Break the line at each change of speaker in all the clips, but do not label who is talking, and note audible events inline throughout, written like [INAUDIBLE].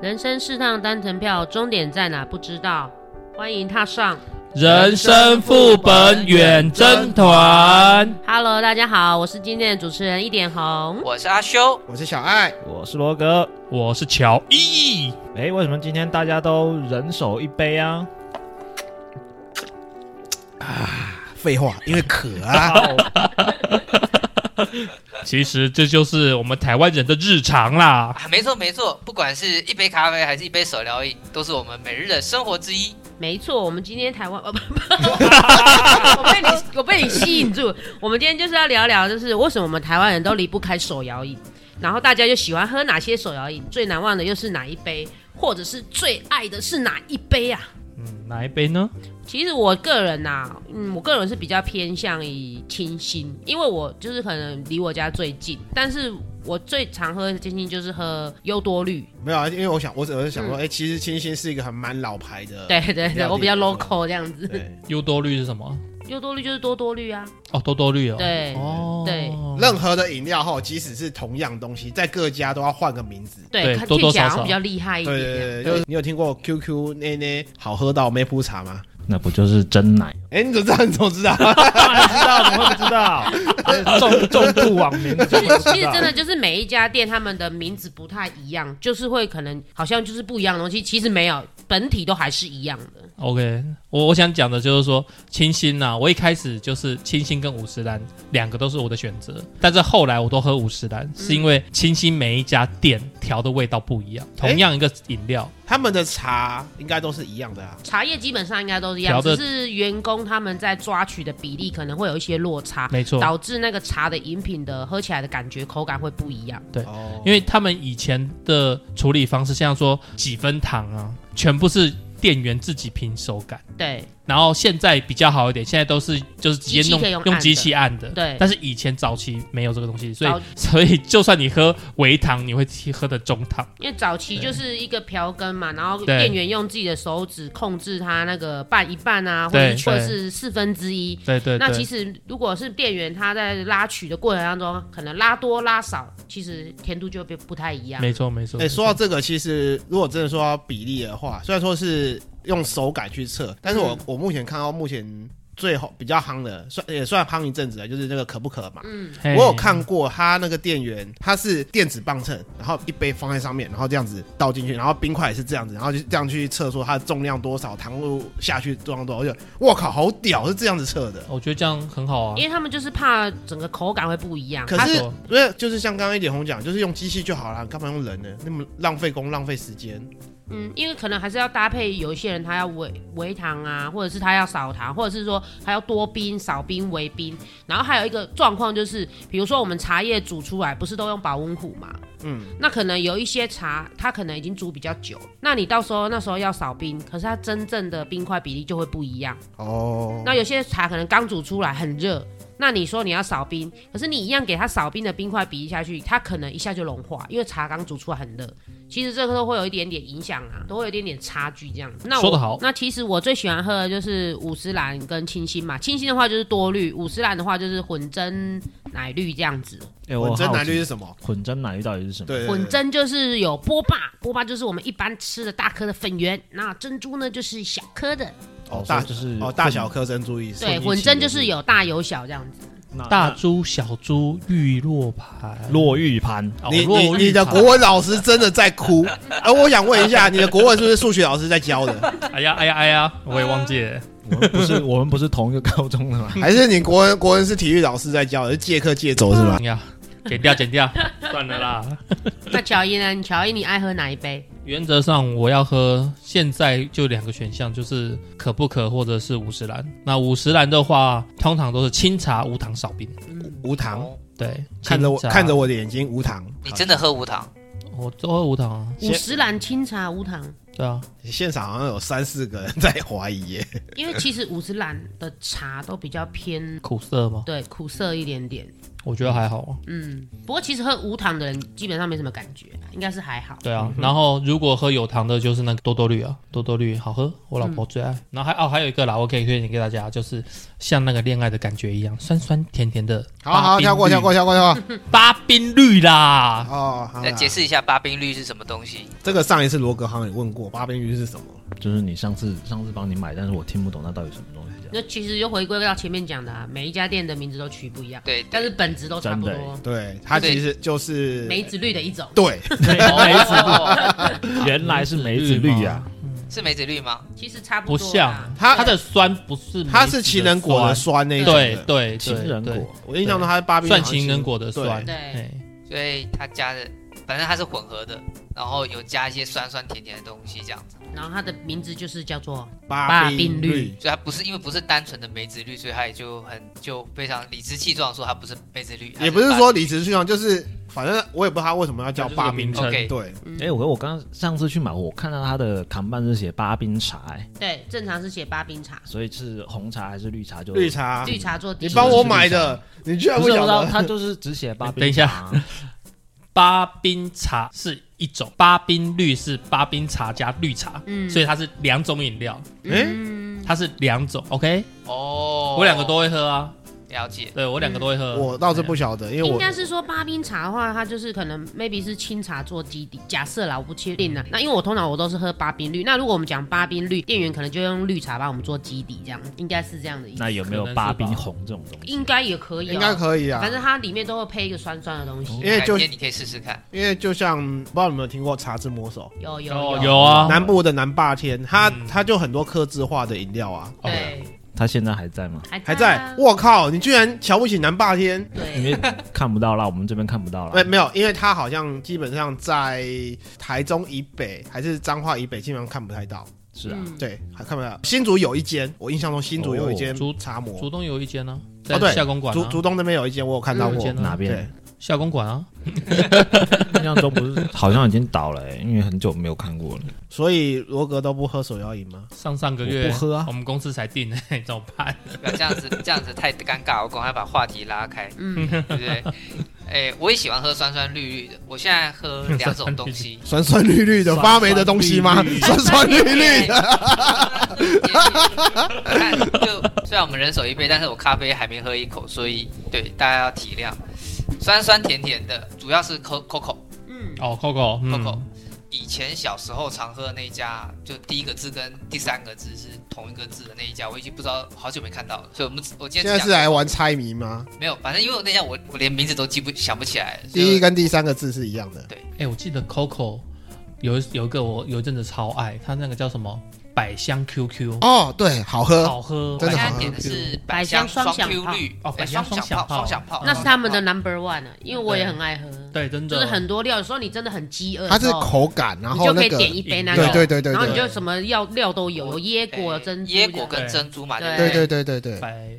人生是趟单程票，终点在哪不知道，欢迎踏上。
人生副本远征团，
Hello，大家好，我是今天的主持人一点红。
我是阿修，
我是小爱，
我是罗哥。
我是乔伊。
哎，为什么今天大家都人手一杯啊？
废话，因为渴啊，
其实这就是我们台湾人的日常啦。
啊，没错没错，不管是一杯咖啡还是一杯手摇饮，都是我们每日的生活之一。
没错，我们今天台湾，哦不 [LAUGHS] 不，我被你我被你吸引住。我们今天就是要聊聊，就是为什么我们台湾人都离不开手摇饮，然后大家就喜欢喝哪些手摇饮，最难忘的又是哪一杯，或者是最爱的是哪一杯啊？
嗯，哪一杯呢？
其实我个人呐、嗯，我个人是比较偏向于清新，因为我就是可能离我家最近，但是我最常喝的清新就是喝优多绿，
[LAUGHS] 没有啊，因为我想，我只是想说，哎、其实清新是一个很蛮老牌的，
对对对，
了解
我比较 local 这样子，
对，
优多绿是什么？
优多绿就是多多绿啊，
哦，多多绿哦。
对
哦，
对
任何的饮料后，即使是同样东西，在各家都要换个名字。
对，
对
看
多
听
多
起来
少
好像
少
比较厉害一
对
点啊
对
这
对，
样，
就是你有听过 QQ 奶奶好喝到梅普茶吗？
那不就是真奶？
哎、你怎么知道？你怎么知道？ [LAUGHS]
知道怎么会不知
[LAUGHS]
道？重重度网民怎么会
就
不
是
知道
其实真的就是每一家店他们的名字不太一样，就是会可能好像就是不一样的东西，其实没有，本体都还是一样的。
OK，我我想讲的就是说清新呐、我一开始就是清新跟五十岚两个都是我的选择，但是后来我都喝五十岚，是因为清新每一家店调的味道不一样，同样一个饮料，
他们的茶应该都是一样的啊。
茶叶基本上应该都是一样，
调
只
的
是员工他们在抓取的比例可能会有一些落差，
没错，
导致那个茶的饮品的喝起来的感觉口感会不一样。
哦，
因为他们以前的处理方式，像说几分糖啊，全部是店员自己凭手感。
对
然后现在比较好一点，现在都是就是直接
机器
弄
可以用按的
用机器按的，
对
但是以前早期没有这个东西，所以
早
所以就算你喝微糖，你会喝的中糖，
因为早期就是一个瓢羹嘛，然后
对
店员用自己的手指控制它那个拌一半啊，或
对
者是或者
对
是四分之一。
对对对。
那其实如果是店员他在拉取的过程当中，可能拉多拉少，其实甜度就会不太一样。
没错没错。
哎、说到这个，其实如果真的说到比例的话，虽然说是用手感去测，但是我、我目前看到目前最好比较夯的，算也算夯一阵子了，就是那个可不可嘛。
嘿
我有看过他那个店员，他是电子磅秤，然后一杯放在上面，然后这样子倒进去，然后冰块也是这样子，然后就这样去测说它的重量多少，糖度下去重量多少。我就我靠，好屌，是这样子测的。
我觉得这样很好啊
因。为他们就是怕整个口感会不一样。
可
它
是
他
不是，就是像刚刚一点红讲，就是用机器就好了，干嘛用人呢？那么浪费工，浪费时间。
嗯，因为可能还是要搭配，有一些人他要微微糖啊，或者是他要少糖，或者是说他要多冰、少冰、微冰。然后还有一个状况就是，比如说我们茶叶煮出来不是都用保温壶嘛？嗯，那可能有一些茶它可能已经煮比较久，那你到时候那时候要少冰，可是它真正的冰块比例就会不一样。
哦，
那有些茶可能刚煮出来很热。那你说你要少冰，可是你一样给它少冰的冰块比例下去，它可能一下就融化，因为茶刚煮出来很热。其实这个都会有一点点影响啊，都会有一点点差距这样。那我
说得好
那其实我最喜欢喝的就是五十岚跟清新嘛，清新的话就是多绿，五十岚的话就是混蒸奶绿这样子。
哎，我
我真
好
奶
奇
绿是什么？
混真奶绿到底是什么？
对对对
混蒸就是有波霸，波霸就是我们一般吃的大颗的粉圆，那珍珠呢就是小颗的。
所
哦
以
大
就是
哦，大小颗珍珠意思。
对，混蒸就是有大有小这样子。
那
大珠小珠玉落盘，
落玉盘，
啊
哦
你
落
你
玉
你的
盘
国文老师真的在哭， [LAUGHS] 而我想问一下，你的国文是不是数学老师在教的，
哎呀哎呀哎呀，我也忘记了。
我们不是 [LAUGHS] 我们不是同一个高中的吗？
还是你国文国文是体育老师在教的？是借课借走是吧
哎？呀，剪掉剪 [LAUGHS] 掉，算了啦。
[LAUGHS] 那乔伊呢？你乔伊你爱喝哪一杯？
原则上我要喝，现在就两个选项，就是可不可或者是五十岚。那五十岚的话，通常都是清茶无糖少冰。
嗯
无糖，
哦
对，
看着我
清茶
看着，我的眼睛，无糖。
你真的喝无糖？
我都喝无糖啊。
五十岚清茶无糖，
对啊，
现场好像有三四个人在怀疑耶，
因为其实五十岚的茶都比较偏 [LAUGHS]
苦涩吗？
对苦涩一点点，
我觉得还好啊。
嗯，不过其实喝无糖的人基本上没什么感觉，应该是还好。
对啊，然后如果喝有糖的，就是那个多多绿啊，多多绿好喝，我老婆最爱。然后还哦，还有一个啦，我可以推荐给大家，就是像那个恋爱的感觉一样，酸酸甜甜的。
好好跳过跳过跳过跳过。
八冰绿啦，
哦，好啦
来解释一下巴宾绿是什么东
[LAUGHS]
西？
这个上一次罗格好像也问过，八边鱼是什么？
就是你上次上次帮你买，但是我听不懂那到底什么东西这样。
那其实就回归到前面讲的、啊，每一家店的名字都取不一样，
对，
但
但
是
是
本质都差不
真的
多，
对，它其实就是
梅子绿的一种。
对，
[LAUGHS] 梅梅子
哦
原来是梅子
绿
绿
啊
啊，
[LAUGHS] 是梅子绿吗？
其实差
不
不多啊啦
像
它
它的酸不是
它是情人果的
酸，
酸那一种
对
的。
对，对
情人，果，
我印象中它是八
对
边
算情人果的酸，
对
嘿，
所以它加的，反正它是混合的，然后有加一些酸酸甜甜的东西这样子，
然后它的名字就是叫做
八
八边
边
绿
绿，
所以它不是因为不是单纯的梅子绿，所以它也就很就非常理直气壮地说它不是梅子绿，它
也不是
巴
说理直气壮，就是反正我也不知道它为什么要叫
它就是
八
个名
边
称。
OK
绿对，
嗯
哎、我我刚上次去买，我看到它的扛棒是写八冰茶、哎，
对，正常是写八冰茶，
所以是红茶还是绿茶就？
绿茶，
绿茶做底
啊你
底。
帮我买的，你居然
不
不
是，我
晓
知道
得？
它就是只写八冰茶。
等一下，八冰茶是一种，八冰绿是八冰茶加绿茶，
嗯
所以它是两种饮料，
哎，
嗯，
它是两种，OK，
哦，
我两个都会喝啊，
了解，
对我两个都会喝，
我倒是不晓得，因为
应
我
该是说八冰茶的话，它就是可能 maybe 是清茶做基底，假设啦，我不确定啦。那因为我通常我都是喝八冰绿，那如果我们讲八冰绿，店员可能就用绿茶帮我们做基底，这样应该是这样的意思，
那有没有八冰红这种东西？
应该也可以、哦，
应该可以啊
反。正它里面都会配一个酸酸的东西
因，为
改
就
天你可以试试看，
因为就像不知道你们有听过茶之魔手，
有有
哦
有
有啊，
南部的南霸天，它
嗯
它就很多克制化的饮料啊，
哦
对，
它现在还在吗？
还
还
啊
在。我靠，你居然瞧不起南霸天？
因
对，
为看不到啦，我们这边看不到
哎没
啦。
没有，因为它好像基本上在台中以北还是彰化以北，基本上看不太到。
是啊，
嗯
对，还看不到。新竹有一间，我印象中新竹有一间
哦竹
茶魔，
竹东有一间呢，在
哦对
夏公馆
竹
啊，
竹东那边有一间，我有看到
嗯有一
过
间。
哪
对
边？，
夏公馆啊，
印象中不是好像已经倒了、哎，因为很久没有看过了。
哦
所以罗格都不喝手摇饮吗？ [LAUGHS]
上上个月
我不喝啊
我们公司才 [LAUGHS] 订，嘿怎么办？
不要这样子，这样子太尴尬，我赶快把话题拉开，
嗯，
对不对？哎，我也喜欢喝酸酸绿绿的，我现在
[LAUGHS]，
喝两种东西
酸酸绿绿的
酸
发霉的东西吗？酸酸绿绿的，
[LAUGHS] 的。看，就虽然我们人手一杯，但是我咖啡还没喝一口，所以对大家要体谅。酸酸甜甜的，主要是 Co- Coco
哦，Coco
Coco
嗯。
以前小时候常喝的那一家，就第一个字跟第三个字是同一个字的那一家，我已经不知道好久没看到了。所以我们我今
[LAUGHS] 现
天
在
只
是
讲
来玩猜谜吗？
没有，反正因为我那家我我连名字都记不想不起来了。所以
第一跟第三个字是一样的。
哎、我记得 Coco 有一有一个我有一阵子超爱，它那个叫什么百香 QQ，、
哦，对，好喝。
好喝，
我
真的
现
好
在
喝
点的是
嗯百
百
香
香
双
双
响
Q
炮
绿，
哦
哎
百香
双
响炮
双响炮，
那是他们的
嗯
number one 啊，因为我也很爱喝，
对，真的，
就是很多料，有时候你真的很饥饿，
它是，口感，然
你就
后
可以
那个
点一杯那
对
个，
对对对
然后你
对
就什么料料都有，有椰果、
哎
珍珠这样，
椰果跟珍珠嘛，
对
不
对对对对对，
百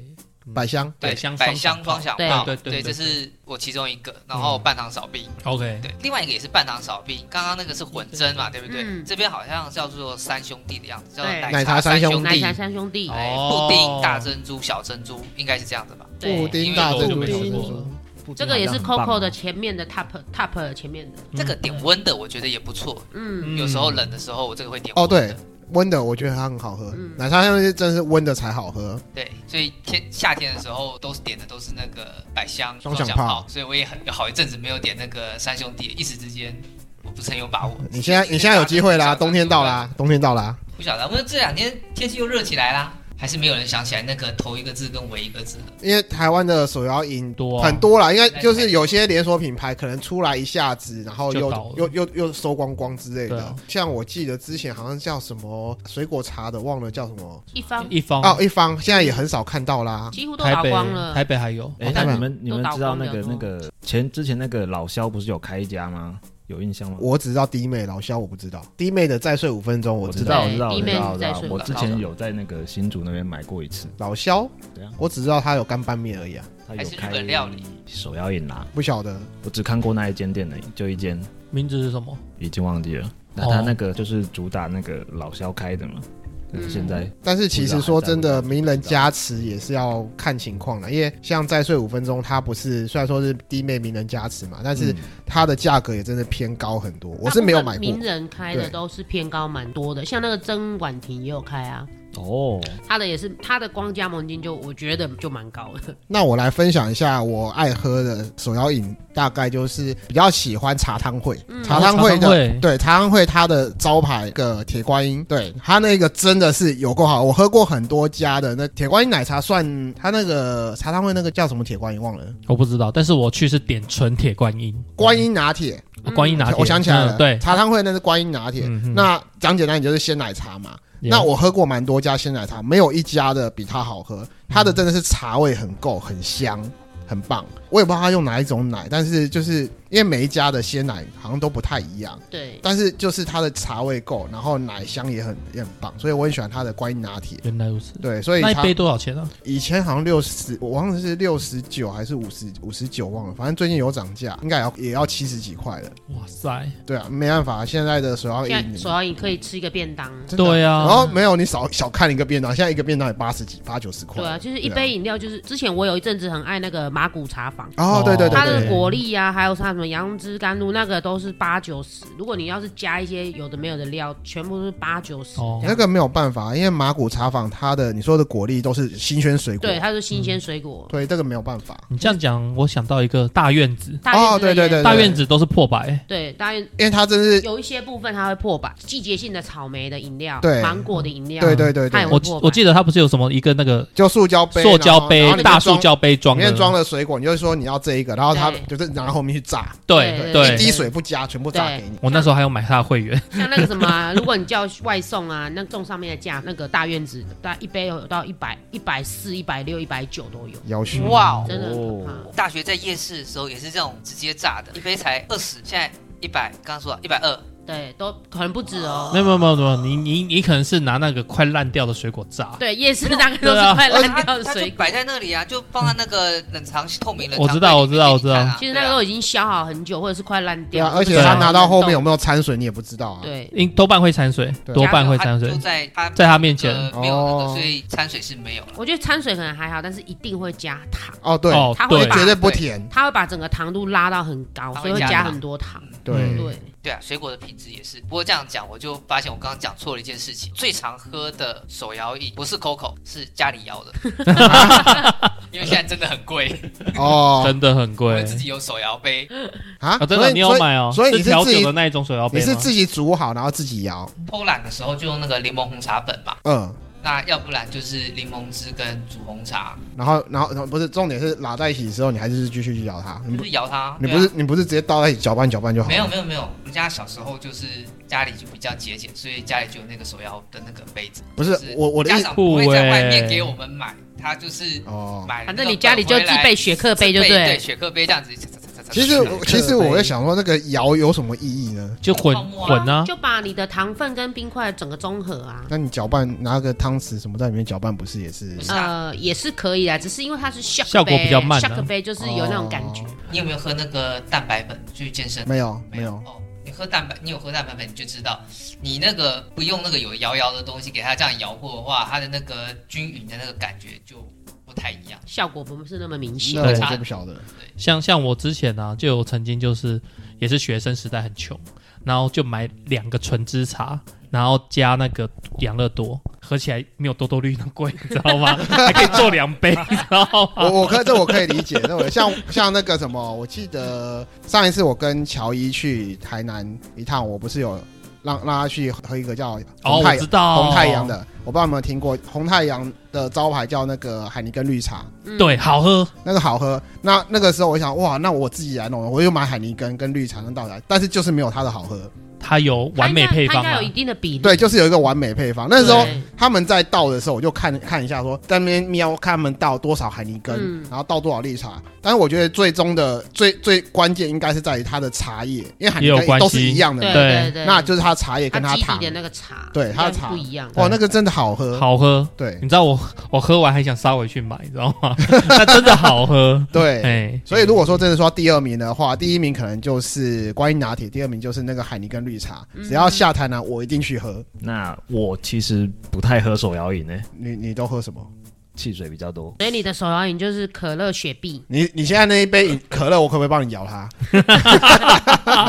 百香
对
百香
百
双
香双响
对嗯
炮，
对对对对
这是我其中一个，然后半糖少冰，
OK，
对，另外一个也是半糖少冰，刚刚那个是混蒸嘛，对不对？
嗯
这边好像叫做三兄弟的样子，叫做
对
奶
茶
茶三
兄
兄
奶
弟
茶三兄弟，
哎，
哦
布丁、大珍珠、小珍珠，应该是这样子吧？
对
布丁大
因为我就
珍
没想过
珠，
了
这个也是
布丁好像很
Coco
棒
的前面的 top top 前面的，
这个点温的我觉得也不错，
嗯，
嗯
有时候冷的时候我这个会点
哦
温的
对温的，我觉得它很好喝
嗯。
奶茶香是真是温的才好喝，
对，所以天夏天的时候都是点的都是那个百香
双
响
响炮
所以我也很有好一阵子没有点那个三兄弟，一时之间我不是很有把握。
你现在你现在有机会
[LAUGHS]
啦，冬天到，啦，冬天到啦。
不晓得，不是这两天天气又热起来啦，还是没有人想起来那个头一个字跟尾一个字的。
因为台湾的手摇饮
多啊
很多啦，应该就是有些连锁品牌可能出来一下子，然后
就
又
倒了
又又又收光光之类
对
的
啊。
像我记得之前好像叫什么水果茶的，忘了叫什么
一方
一方
哦，一方现在也很少看到啦。
几乎都
台
倒
北
光了
台，北还有，
哎、
哦
那
对
你们你们知道那个
都倒光
那
了哦
个前之前那个老肖不是有开一家吗？有印象吗？
我只知道弟妹老肖，我不知道弟妹的再睡五分钟，
我
知
知
道
对
道，我知道，
弟
我
妹
知
是
道，我知
在
道
睡。
我
吧
之前有在那个新竹那边买过一次，
老肖
对啊，
我只知道他有干拌面而已啊，
他
还
有
是日
开
本料理
手摇饮啦，
不晓得
我只看过那一间店的，就一间，
名字是什么？
哦
已经忘记了。那他那个就是主打那个老肖开的嘛，
嗯
就是现在
但是其实说真的，名人加持也是要看情况的，因为像再睡五分钟，它不是虽然说是低妹名人加持嘛，但是
嗯
它的价格也真的偏高很多。我是没有买过
名，人开的
对
都是偏高蛮多的，像那个曾婉婷也有开啊，
哦，
她的也是她的光加盟金就我觉得就蛮高的。
那我来分享一下我爱喝的手摇饮，大概就是比较喜欢茶汤会，
嗯
茶汤会
哦茶汤
的。
会
对茶汤会，它的招牌一个铁观音，对它那个真的是有够好。我喝过很多家的那铁观音奶茶算，它那个茶汤会那个叫什么铁观音忘了，
我不知道，但是我去是点纯铁观音，
观音拿铁，
哦观音拿铁，
我想起来了，
嗯对，
茶汤会那是观音拿铁。
嗯嗯
那讲简单，你就是鲜奶茶嘛。
也
那我喝过蛮多家鲜奶茶，没有一家的比它好
嗯
喝。它的真的是茶味很够，很香，很棒。我也不知道它用哪一种奶，但是就是因为每一家的鲜奶好像都不太一样，
对，
但是就是它的茶味够，然后奶香也很也很棒，所以我很喜欢它的观音拿铁。
原来如此。
对，所以
那一
它
杯多少钱啊？
以前好像六十，我忘了是六十九还是五十五十九，忘了，反正最近有涨价，应该也要也要七十几块了。
哇塞，
对啊，没办法，现在的手摇饮
现在手摇饮可以吃一个便当。
真的
对
然后
啊，
没有你少少看一个便当，现在一个便当也八十几、八九十块。
对啊，就是一杯饮料，就是之前我有一阵子很爱那个麻古茶坊，
对啊。哦，对对对
它
对
的
对，
果粒啊，还有它什么杨枝甘露，那个都是八九十。如果你要是加一些有的没有的料，全部都是八九十。
哦
那个没有办法，因为马古茶坊它的你说的果粒都是新鲜水果，
对，它是新鲜水果。
对，这个没有办法。
你这样讲，我想到一个大院子，
大院
哦
子的
对对
也
对
大院子都是破百，
对大院
因为它真是
有一些部分它会破百，季节性的草莓的饮料，
对
芒果的饮料，
对对对
它也
对，
会
我
破百。
我记得它不是有什么一个那个
就塑胶杯、
塑胶
然
杯
后然后里面
大塑
装
胶杯装
里面装
的，
了水果，你就说你要这一个，然后它
对
就是拿到后面去榨，
对
对
一滴水不加，全部榨
对
给你。
我那时候还有买他的会员，
像那个什么啊、如果你叫外送啊，那送上面的价，那个大院子大概一杯有到一百、一百四、一百六、一百九都有，
要求
哇哦！
真的很可怕。
大学在夜市的时候也是这种直接炸的，一杯才二十，现在一百，刚刚说一百二，
对，都可能不止哦。
没有没有没有没有，你你你可能是拿那个快烂掉的水果
哦
炸，
对，夜市大概都是快烂掉的
它
水
就
果。
摆在那里啊，就放在那个冷藏透明冷藏
我知道
柜里面
我知道
哎
给你看啊
其实那个
对
都
啊
已经消耗很久，或者是快烂
对
掉
啊，
了。
而且
不知道
它
它
能
拿到后面有
动
没有掺水，你也不知道啊。
对，
因多半会掺水，
对
多半会
它
掺水
就，在它
在他面前
呃没有那
哦
个，所以掺水是没有了。
我觉得掺水可能还好，但是一定会加糖，
哦，对，
哦
它会
对
把
绝对不甜。
它会把整个糖度拉到很高，
它
所
会
以会
加
加
糖
很多糖。
对
嗯，
对，
对啊，水果的品质也是。不过这样讲，我就发现我刚刚讲错了一件事情。最常喝的手摇饮不是 Coco，是家里
[LAUGHS]
摇的，因为现在真的很贵。
嗯
哦
真的很
我
贵
们自己有手摇杯，
啊
啊，，真
所
的
以
你有买哦，
所以所以
是
你是
调
自
酒
己
的那一种水摇
你
杯
是
吗？
自己煮好，然后自己摇。
偷懒的时候就用那个柠檬红茶粉嘛。
嗯，
那要不然就是柠檬汁跟煮红茶，
然后然后然后不是重点是拉在一起的时候，你还是继续去摇它。你
就
不
是摇它。
你
对
不
啊
是、你不是直接倒在一起搅拌搅拌就好了？
没有没有没有，我们家小时候就是家里就比较节俭，所以家里就有那个手摇的那个杯子。
不是
就是
我我的
家
意哎
长不会在外面给我们买，他就是
哦。
买了那
反
个本回来。
正你家里就自备雪克杯，就
对
对。
雪克杯这样子。
其实我
是
其实我在想说，那个摇有什么意义呢？
就混
泡沫啊
混啊，
就把你的糖分跟冰块整个综合啊。
那你搅拌拿个汤匙什么在里面搅拌，不是也是？
是啊
呃，也是可以啊，只是因为它是 shock
效果比较慢啊
s h o 杯就是有那种感觉。
哦
你有没有喝那个蛋白粉去健身？
没有没有，
哦，你喝蛋白，你有喝蛋白粉，你就知道，你那个不用那个有摇摇的东西给它这样摇过的话，它的那个均匀的那个感觉就不太一样。
效果不是那么明显
那，我
对
就不晓得。
像像我之前啊，就有曾经就是也是学生时代很穷，然后就买两个纯芝茶，然后加那个养乐多，合起来没有多多绿那么贵，你知道吗？ [LAUGHS] 还可以做两杯，你知道吗？
我我可以这我可以理解，那我像像那个什么，我记得上一次我跟乔伊去台南一趟，我不是有让让他去喝一个叫
哦，
红
我
太
知道，
红太阳，的，我不知道有没有听过，红太阳的招牌叫那个海尼根绿茶，
嗯
对，，好喝，
那个好喝。那那个时候我想，哇，那我自己来弄，我就买海尼根跟绿茶跟倒来，但是就是没有它的好喝。
它有
它
完
应
美
该
配
它
方
应该有
啊
一，定的比例。
对，就是有一个完美配方。那时候
嗯对
他们在倒的时候，我就看看一下说，在那边瞄看他们倒多少海尼根，
嗯
然后倒多少绿茶。但是我觉得最终的最最关键应该是在于它的茶叶，因为海尼
也有
根
关系
都是一样的
对
嘛，
对对，
那就是它茶叶跟
它基
糖
底。的那个茶，
对它的
应该
茶
不一样。
哇，那个真的好喝。
好喝。
对
你知道我我喝完还想杀回去买，你知道吗？ [LAUGHS] 那真的好喝，
对。
哎，
所以，如果说真的说到第二名的话，第一名可能就是观音拿铁，第二名就是那个海尼根绿绿茶，
嗯
只要下台南我一定去喝。
那我其实不太喝手摇饮诶，欸
你你都喝什么？
汽水比
[LAUGHS]
较多。
所以你的手摇饮就是可乐、雪碧。
你你现在那一杯饮可乐，我可不可以帮你摇它？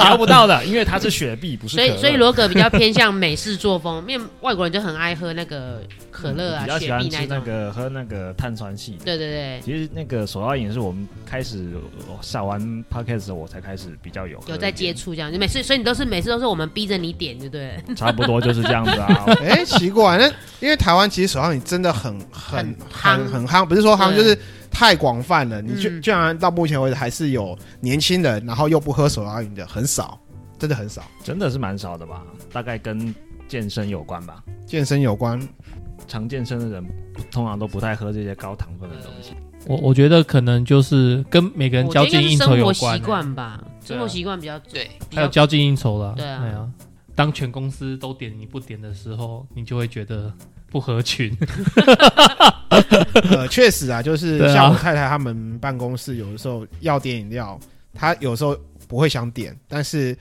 摇不到的，因为它是雪碧，不是
所
可乐。
以，所以罗格比较偏向美式作风，因为外国人就很爱喝那个可乐啊
嗯
嗯比、较
雪
喜欢
碧
吃那
种。
个喝那个碳酸系的。
对对对，
其实那个手摇饮是我们开始我下完 podcast 我才开始比较有喝
有在接触这样，就每次，所以你都是每次都是我们逼着你点，对不对了？
差不多就是这样子啊。
[LAUGHS] 哎、奇怪，那因为台湾其实手上你真的很很
很
很
夯
很夯，不是说夯，
对
就是太广泛了。你居
嗯
居然到目前为止还是有年轻人，然后又不喝手摇饮的很少，真的很少。
真的是蛮少的吧？大概跟健身有关吧。
健身
[LAUGHS]
有关，
常健身的人通常都不太喝这些高糖分的东西。
我我觉得可能就是跟每个人
我觉
交
得应该
际
是
应酬
生
有
活习
关、啊欸
惯吧，生活习惯比较
对，
比
还有
较。
交际应酬啦。
对啊
哎呀当全公司都点你不点的时候，你就会觉得不合群。 [LAUGHS]
呃，确实啊，就是
对啊
像我太太他们办公室，有的时候要点饮料，她有时候不会想点，但是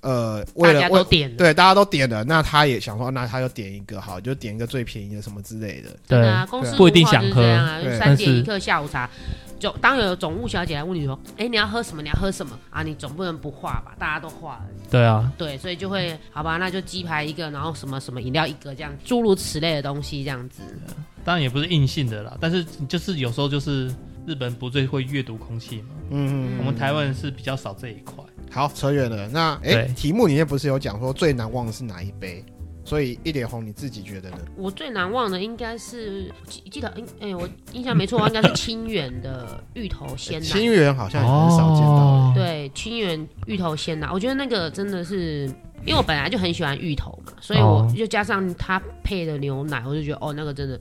呃，为
大
了
家
为
都点了，
对大家都点了，那她也想说，那她就点一个好，就点一个最便宜的什么之类的。
对
对
啊，公司
不一定想
文化就是这样啊，
喝
就
对
三
但
点一
是
刻下午茶。总当有总务小姐来问你说，哎，你要喝什么？你要喝什么啊？你总不能不化吧？大家都化了，
对啊，
对，所以就会好吧，那就鸡排一个，然后什么什么饮料一个，这样诸如此类的东西，这样子。
当然也不是硬性的啦，但是就是有时候就是日本不最会阅读空气嘛，
嗯，
我们台湾人是比较少这一块。
好，扯远了。那哎、
对
题目里面不是有讲说最难忘的是哪一杯？所以一脸红，你自己觉得呢？
我最难忘的应该是记记得，哎、哎我印象没错，应该是清远的芋头鲜
[LAUGHS]
奶。
清源好像也很少见到。
对，清远芋头鲜奶，我觉得那个真的是，因为我本来就很喜欢芋头嘛，所以我
哦
就加上它配的牛奶，我就觉得哦，那个真的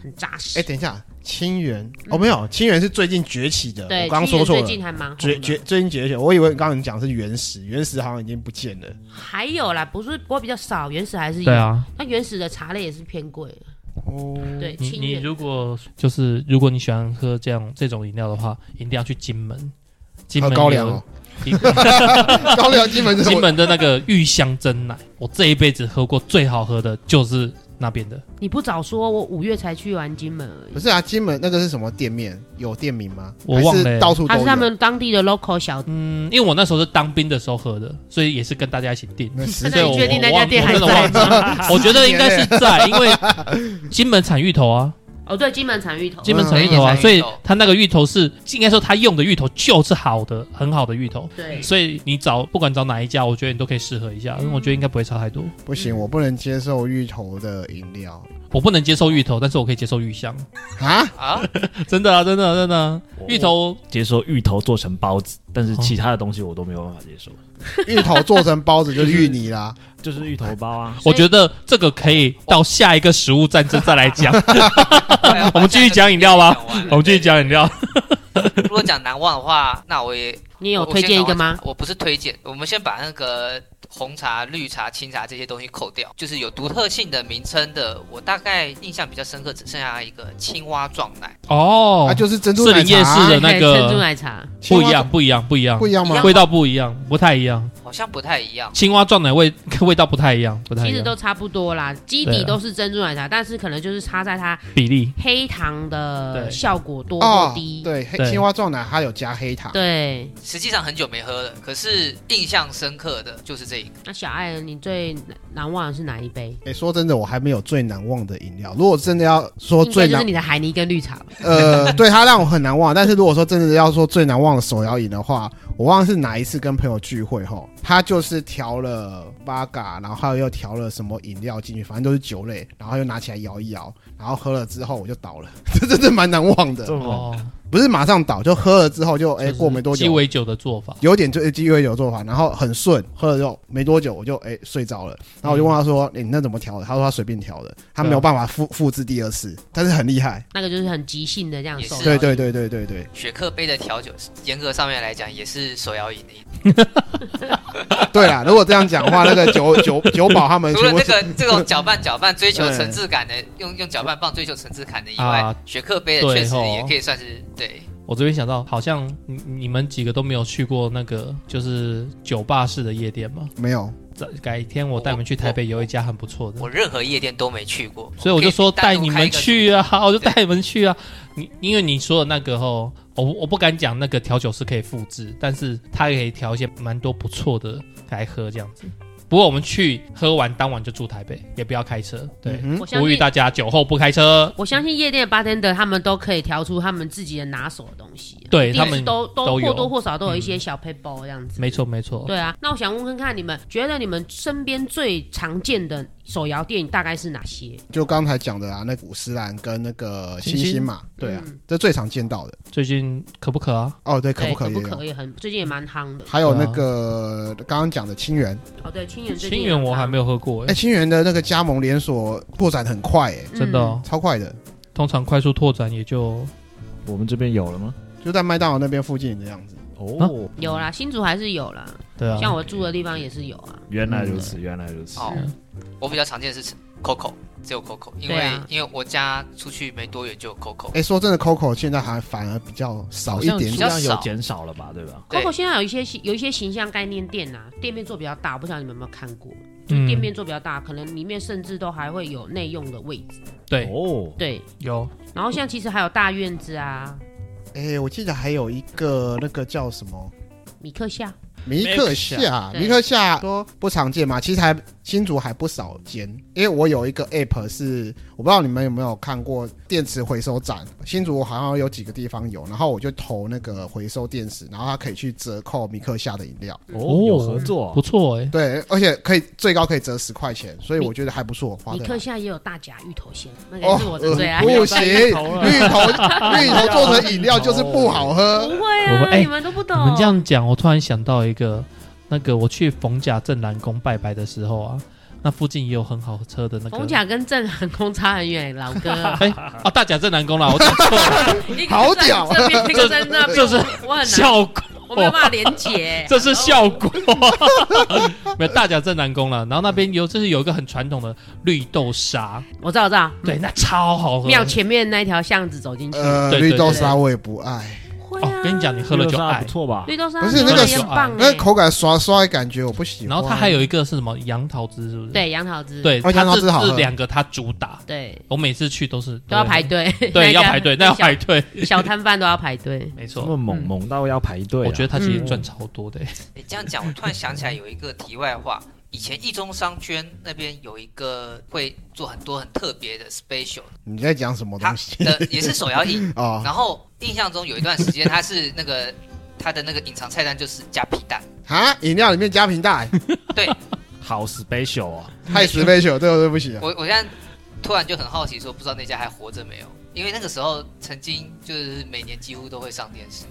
很扎实。
哎、等一下，清源、哦，没有，清源是最近崛起的。
对，
我刚刚
清
说
源
错
最
了。
近还蛮红
崛
的。
崛最近崛起，我以为刚刚你讲的是原始，原始好像已经不见了。 [LAUGHS]
还有啦，不是不过比较少，原始还是有。
对啊，
那原始的茶类也是偏贵的。
哦，
对，
你
清
你
远
如果就是如果你喜欢喝这样这种饮料的话，一定要去金门。金
喝
门
高粱
有
哦，
金 [LAUGHS]
高粱基本就是
金
我
门的那个玉香蒸奶，我这一辈子喝过最好喝的就是那边的。
你不早说，我五月才去完金门而已
不。是啊，金门那个是什么店面？有店名吗？
我
还是
忘了欸
到处都
它
有。
是他们当地的 local 小
嗯，因为我那时候是当兵的时候喝的，所以也是跟大家一起订。
那实
那
所以
你
我
确定那家店还
我忘我真的
在吗？
[LAUGHS] 我觉得应该是在，因为金门产芋头啊，
哦，对，金门产芋头，
金门产芋头啊，
嗯
所以它那个芋头是应该说它用的芋头就是好的，很好的芋头。
对，
所以你找不管找哪一家，我觉得你都可以试喝一下，因为我觉得应该不会差太多。
不行，我不能接受芋头的饮料
我不能接受芋头，但是我可以接受芋香，
啊！
[LAUGHS] 啊，
真的啊，真的啊、真的啊、
我
芋头
接受芋头做成包子，但是其他的东西我都没有办法接受，
芋头做成包子就是芋泥啦。
就是芋头包
[LAUGHS]
啊。
我觉得这个可以到下一个食物战争再来讲。 [LAUGHS] 我们继续讲饮料吧
讲完了
我们继续。讲饮料，
对如果讲难忘的话，那我也
你有推荐一个吗？？
我我先赶快讲我不是推荐，我们先把那个红茶、绿茶、清茶这些东西扣掉，就是有独特性的名称的。我大概印象比较深刻，只剩下一个青蛙撞奶，
[LAUGHS] 哦
啊，就是珍珠
士
奶
林
茶
夜市
啊
的
[LAUGHS]
那个
嘿珍珠奶茶，
不一样，，不一样，不一样
不，一样吗？
味道不一样，不太一样。
好像不太一样。
青蛙撞奶味 [LAUGHS] 味道不太一样，不太
其
一
实
样
都差不多啦，基
对
底
啊
都是珍珠奶茶，但是可能就是差在它
比例。
黑糖的
对
效果多
哦
或，低。
对，黑
对
青蛙撞奶它有加黑糖。
对，
实际上很久没喝了，可是印象深刻的就是这一个。
那小爱，你最难忘的是哪一杯？
哎，说真的，我还没有最难忘的饮料。如果真的要说
应该
最
就是
难，
你的海泥跟绿茶吧。
呃， [LAUGHS] 对它让我很难忘。但是如果说真的要说最难忘的手摇饮的话，我忘了是哪一次跟朋友聚会吼，他就是调了八嘎，然后又调了什么饮料进去，反正都是酒类，然后又拿起来摇一摇，然后喝了之后我就倒了， [LAUGHS] 这真的蛮难忘的。
哦，
不是马上倒，就喝了之后就哎、
就是
过没多久
鸡尾酒的做法，
有点就鸡尾酒做法，然后很顺，喝了之后没多久我就哎、睡着了，然后我就问他说：“哎你那怎么调的？”他说他随便调的，他没有办法复复制第二次，但是很厉害。
那个就是很即兴的这样手摇
是
饮，
对对对对对对
雪克杯的调酒，严格上面来讲也是手摇饮的一
对啦！如果这样讲的话，那个酒酒酒保
哎
他们
除了
全
这
部是
个这种
[LAUGHS]
搅拌搅拌追求
对
层次感的，用用搅拌棒追求层次感的以外，
啊
雪克杯的
对
确实
吼
也可以算是对
我这边想到，好像你你们几个都没有去过那个就是酒吧式的夜店吗？
没有
改天我带你们去台北有一家很不错的，
我任何夜店都没去过，
所以我就说带你们去
啊。
啊，我就带你们去啊。你因为你说的那个吼，我我不敢讲那个调酒师可以复制，但是他也可以调一些蛮多不错的来喝这样子。不过我们去喝完当晚就住台北，也不要开车。对，
嗯
我相
呼吁
信
大家酒后不开车。
我相信夜店的 bartender 他们都可以调出他们自己的拿手的东西啊，
对
一定
他们
是都都
都有嗯
或多或少都有一些小 paper 这样子。
没错没错，
对啊，那我想问问看你们，觉得你们身边最常见的手摇店大概是哪些？
就刚才讲的啊，那古斯兰跟那个星
星星
星嘛，对啊
嗯，
这最常见到的。
最近可不可啊？
哦，对，可
对，
不可
不
以？
可也很最近也蛮夯的。
还有那个刚刚讲的清源，
哦，对，清源最近
清
也
源
很
我还
夯
没有喝过、
哎，
欸，
清源的那个加盟连锁拓展很快，哎，
真的、哦。
超快的，
通常快速拓展也就
我们这边有了吗？
就在麦当劳那边附近的样子。
哦，
有啦，新竹还是有啦，
对
嗯
啊，
像我住的地方也是有啊。
原来如此，原来如此。
哦
啊
嗯，
我比较常见的是 Coco，只有 Coco，因
对
为、
啊
因为我家出去没多远就有 Coco，
哎，说真的，Coco 现在还反而比较少
好
一
像
点
数
点。
量
比较
有
少
减少了吧？对吧？
对
Coco 现在有一些形有一些形象概念店啊，店面做比较大，我不晓得你们有没有看过，
嗯
店面做比较大，可能里面甚至都还会有内用的位置。
对
哦，
对，
有
然后现在其实还有大院子啊，
哎，我记得还有一个那个叫什么
米克夏，
米克夏，
对
米克夏说不常见嘛，其实还新竹还不少间，因为我有一个 app 是我不知道你们有没有看过电池回收站，新竹好像有几个地方有，然后我就投那个回收电池，然后它可以去折扣米克夏的饮料，
嗯
哦，有合作
不，错哎、
对，而且可以最高可以折十块钱，所以我觉得还不错，花
米
的
克。夏也有大甲芋头鲜，那个也是我的啊
呃
最爱。
不
再
行，
芋头了
芋头
[LAUGHS]
芋头做成饮料就是不好
不
喝。
会
我
啊，
会哎
你们都不懂。
你们这样讲，我突然想到一个，那个我去逢甲镇南宫拜拜的时候啊，那附近也有很好车的那个。
逢甲跟正航空差很远，老哥，
哎、哦，大甲镇南宫啦，我讲错了，
一个
好
在
屌啊
这边一个在那边，
这是
我很难，
效果，
我没有办法连结。
[LAUGHS] 这是效果。没有大甲镇南宫啦，然后那边有就是有一个很传统的绿豆沙，
我知道，我知道，
对，那超好喝。
庙前面那一条巷子走进去，
呃，
对对
绿豆
对
沙我也不爱，
会
哦
啊，，
跟你讲，你喝了就
还
爱
不。错吧？
绿豆沙啊
不是那个
很棒
那
哎，
口感刷刷的感觉我不喜欢。
然后它还有一个是什么杨桃汁，是不是？
对杨桃汁，
对，
哦杨
它
桃
是
汁好喝
这两个它主打，
对
我每次去都是
都要排，队， [LAUGHS]
对，
一家
要排队，那要排队，
小摊贩都要排
[LAUGHS]
队。
没
这
错。
么猛
嗯
猛到要排队啊，
我觉得他其实
嗯
赚超多的欸、
哎你这样讲，我突然想起来有一个题外话，以前一中商圈那边有一个会做很多很特别的 special，
你在讲什么
它
东西？
的也是手摇
[LAUGHS]
饮，
哦，
然后印象中有一段时间它是那个它的那个隐藏菜单就是加皮
[LAUGHS]
蛋，
啊，饮料里面加
[LAUGHS]
瓶带，
对
好 special 哦，
太 special，对不对不起啊。
我我现在突然就很好奇，说不知道那家还活着没有？因为那个时候曾经就是每年几乎都会上电视。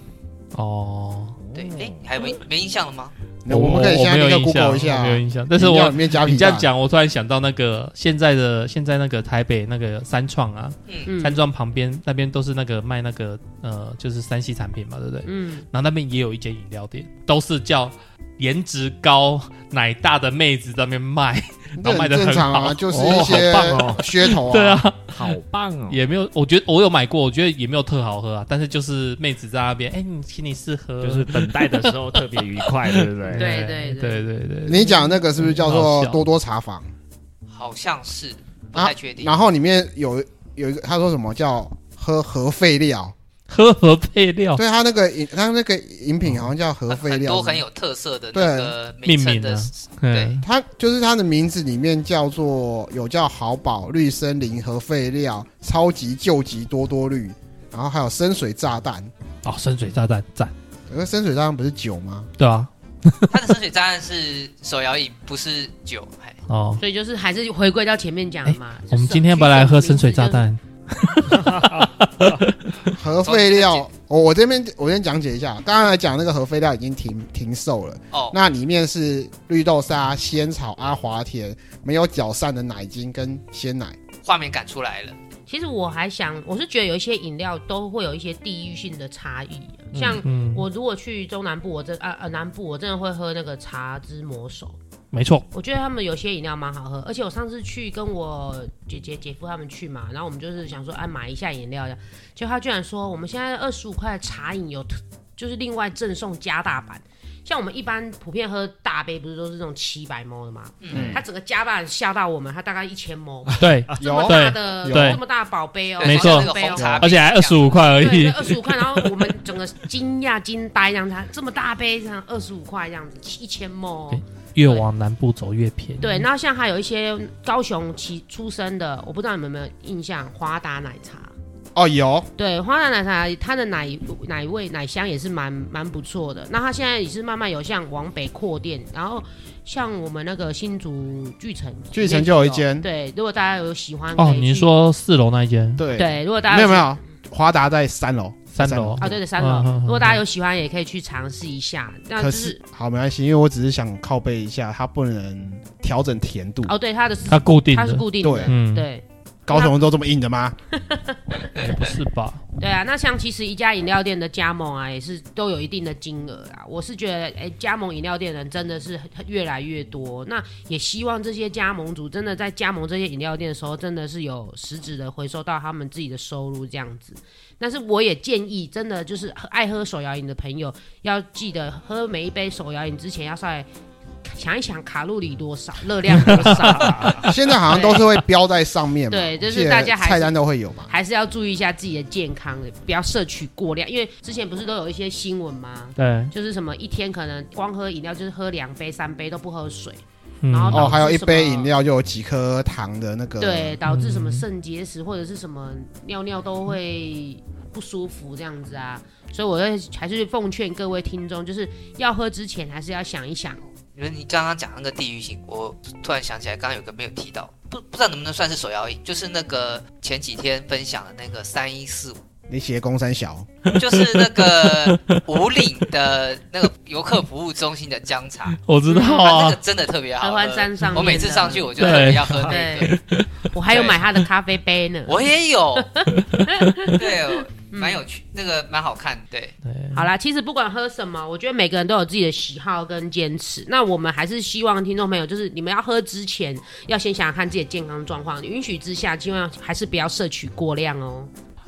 哦，
对，哎、你还没没印象了吗？
那我们可以
我
现在
没有
立刻
印象，
Google 一
我
下啊
没，有印象。但是
饮料
我
里面加
你
瓶
这
带
样，讲，我突然想到那个现在的现在那个台北那个三创啊，
嗯，
嗯
三创旁边那边都是那个卖那个呃，就是三 C 产品嘛，对不对？
嗯，
然后那边也有一间饮料店，都是叫颜值高、奶大的妹子在那边卖，
这很正常啊，就是一些
哦好棒哦
噱头
[LAUGHS]
啊。
对，啊，
好棒哦，
也没有，我觉得我有买过，我觉得也没有特好喝啊，但是就是妹子在那边，哎，你请你试喝，
就是等待的时候特别愉
[LAUGHS]
快，对不对？
对对
对对对，
你讲那个是不是叫
好
做
笑
多多茶坊？
好像是，不
啊
太确定。
然后里面有有一个他说什么叫喝核废料？
喝和配料，
哦
对他那个饮他那个饮品好像叫核
很
废
很
料
多，很有特色的那个名称
命
的
名啊
对
嗯
它就是它的名字里面叫做有叫好宝、绿森林、核废料、超级救急多多绿，然后还有深水炸弹。
哦，深水炸弹赞，
可是深水炸弹不是酒吗？
[LAUGHS]
对啊，
它的深水炸弹是手摇饮，不是酒。哎
哦，
所以就是还是回归到前面讲的嘛。就是
哎我们今天要不要来喝深水炸，弹？
核废料，我我这边我先讲解一下，刚才讲那个核废料已经停停售了，
哦，
那里面是绿豆沙、仙草、阿华田，没有搅散的奶精跟鲜奶。
画面感出来了。
其实我还想，我是觉得有一些饮料都会有一些地域性的差异啊，像。
嗯，
我如果去中南部，我真啊啊南部，我真的会喝那个茶之魔手。[LAUGHS]
没错，
我觉得他们有些饮料蛮好喝，而且我上次去跟我姐姐、姐夫他们去嘛，然后我们就是想说，哎、买一下饮料的，结果他居然说我们现在二十五块的茶饮有特就是另外赠送加大版。像我们一般普遍喝大杯，不是都是这种七百 ml 的吗？
嗯
它整个加大版吓到我们，它大概一千 ml，
对，
这么大的
[LAUGHS] 有对
这么大的宝贝哦，
没错
这
那
么
个
大的杯
红
哦
茶，
而且还二十五块而
对，
已。
二十五块，然后我们整个惊讶惊呆，让他这么大杯，这样二十五块这样子，一千哦毛。
对越往南部走越便宜。哦
对，，然后像还有一些高雄起出生的，我不知道你们有没有印象，华达奶茶。
哦，有
对，花达奶茶它的奶奶味奶香也是蛮蛮不错的。那它现在也是慢慢有向往北扩店，然后像我们那个新竹巨城，
巨城就有一间
对，如果大家有喜欢可
哦，
以
你
去
说四楼那一间，
对，
对，如果大家
没有
喜
没有，华达在三楼，
三楼
啊，对对，三
嗯嗯
楼
嗯。
如果大家有喜欢，也可以去尝试一下。那
可
就是是
好没关系，因为我只是想靠背一下，它不能调整甜度。
哦，对，它的是
它固定
它是
的，
固定的，
嗯，，
对
高雄都这么硬的吗？
也不是吧？
对啊。那像其实一家饮料店的加盟啊，也是都有一定的金额啊。我是觉得，哎，加盟饮料店人真的是越来越多。那也希望这些加盟主真的在加盟这些饮料店的时候，真的是有实质的回收到他们自己的收入这样子。但是我也建议，真的就是爱喝手摇饮的朋友，要记得喝每一杯手摇饮之前要稍微想一想卡路里多少，热量多少。
现在好像都是会标在上面嘛，
对就是
记得
大家还是
菜单都会有嘛。
还是要注意一下自己的健康，不要摄取过量，因为之前不是都有一些新闻吗？
对，
就是什么一天可能光喝饮料，就是喝两杯、三杯都不喝水，
嗯
然后导
哦，
致
还有一
什么
杯饮，料就有几颗糖的那个，
对，，导致什么肾结石或者是什么尿尿都会不舒服这样子啊。所以我会还是奉劝各位听众，就是要喝之前还是要想一想，
你说你刚刚讲那个地域性，我突然想起来，刚刚有个没有提到，不不知道能不能算是手摇饮，就是那个前几天分享的那个三一四五， [LAUGHS]
你写公三小，
就是那个五岭的那个游客服务中心的姜茶，
我知道
嗯
它那个
啊，
真的特别好
合
喝。
欢山上面的
我每次上去我就特别要喝那个，
对，我还有买他的咖啡杯 [LAUGHS] 呢。
我也有，对，
嗯
蛮有趣，那个蛮好看，对，
好啦，其实不管喝什么，我觉得每个人都有自己的喜好跟坚持。那我们还是希望听众朋友，就是你们要喝之前，要先想想看自己的健康状况，允许之下，尽量还是不要摄取过量哦。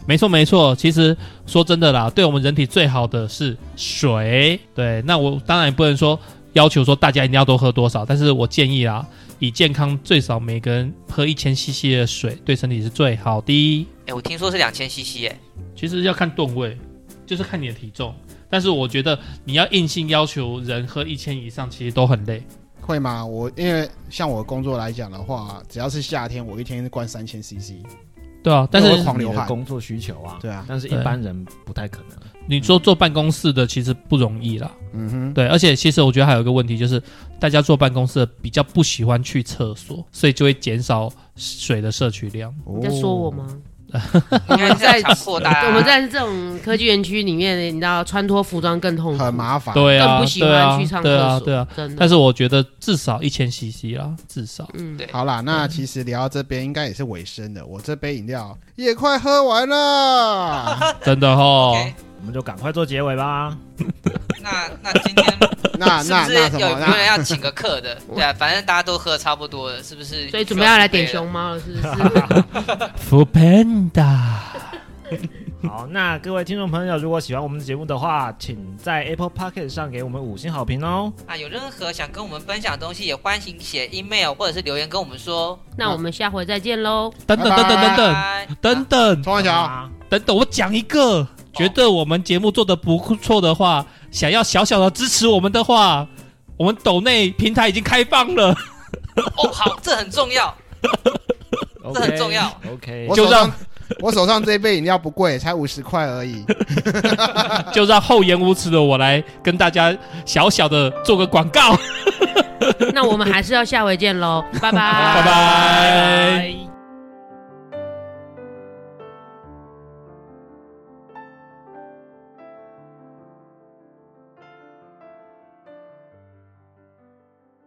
没错没错。其实说真的啦，对我们人体最好的是水。对，那我当然也不能说要求说大家一定要多喝多少，但是我建议啦，以健康最少每个人喝一千 CC 的水，对身体是最好的。
哎，我听说是两千 CC 哎，
其实要看吨位，就是看你的体重。但是我觉得你要硬性要求人喝一千以上，其实都很累。
会吗？我因为像我工作来讲的话，只要是夏天，我一天灌三千 CC，
对啊，但
因为
是
我狂
你
流
的
汗，
工作需求啊，
对啊
但是一
对
般人不太可能。
你说坐办公室的其实不容易啦，
嗯哼，
对，而且其实我觉得还有一个问题就是，大家坐办公室的比较不喜欢去厕所，所以就会减少水的摄取量。
你在说我吗？
因为在强迫大家，哦
我们在这种科技园区里面，你知道穿脱服装更痛苦，
哦很麻烦，
对
更
啊
不，喜
对啊
欢去，上
对
厕
啊，
所，嗯
对啊。
真的
但。是我觉得至少一千 CC 啦，至少。
嗯，
对
好啦，那其实聊到这边应该也是尾声的，我这杯饮料也快喝
[LAUGHS]
完了。
真的哦，
OK，
我们就赶快做结尾吧。
那那今
[LAUGHS]
天
啊
那那
是
那
不
什
是有
么？
有人
那
要请个客的？对啊，反正大家都喝差不多了，是不是？
所以准备要来点熊猫了，是不
[LAUGHS]
是？
福 panda，
好，那各位听众朋友，如果喜欢我们的节目的话，请在 Apple Pocket 上给我们五星好评哦。
啊！有任何想跟我们分享的东西，也欢迎写 email 或者是留言跟我们说。
那我们下回再见喽。
等等等等等等
拜拜
等等
冲完桥，
啊，
等等，我讲一个，觉得我们节目做的不错的话，想要小小的支持我们的话，我们抖内平台已经开放了。
哦，好，这很重要。这很重要。
OK，
我
就
手上
让
我手上这杯饮料不贵，才五十块而已。
就让厚颜无耻的我来跟大家小小的做个广告，
那我们还是要下回见喽，拜拜，
拜拜。
拜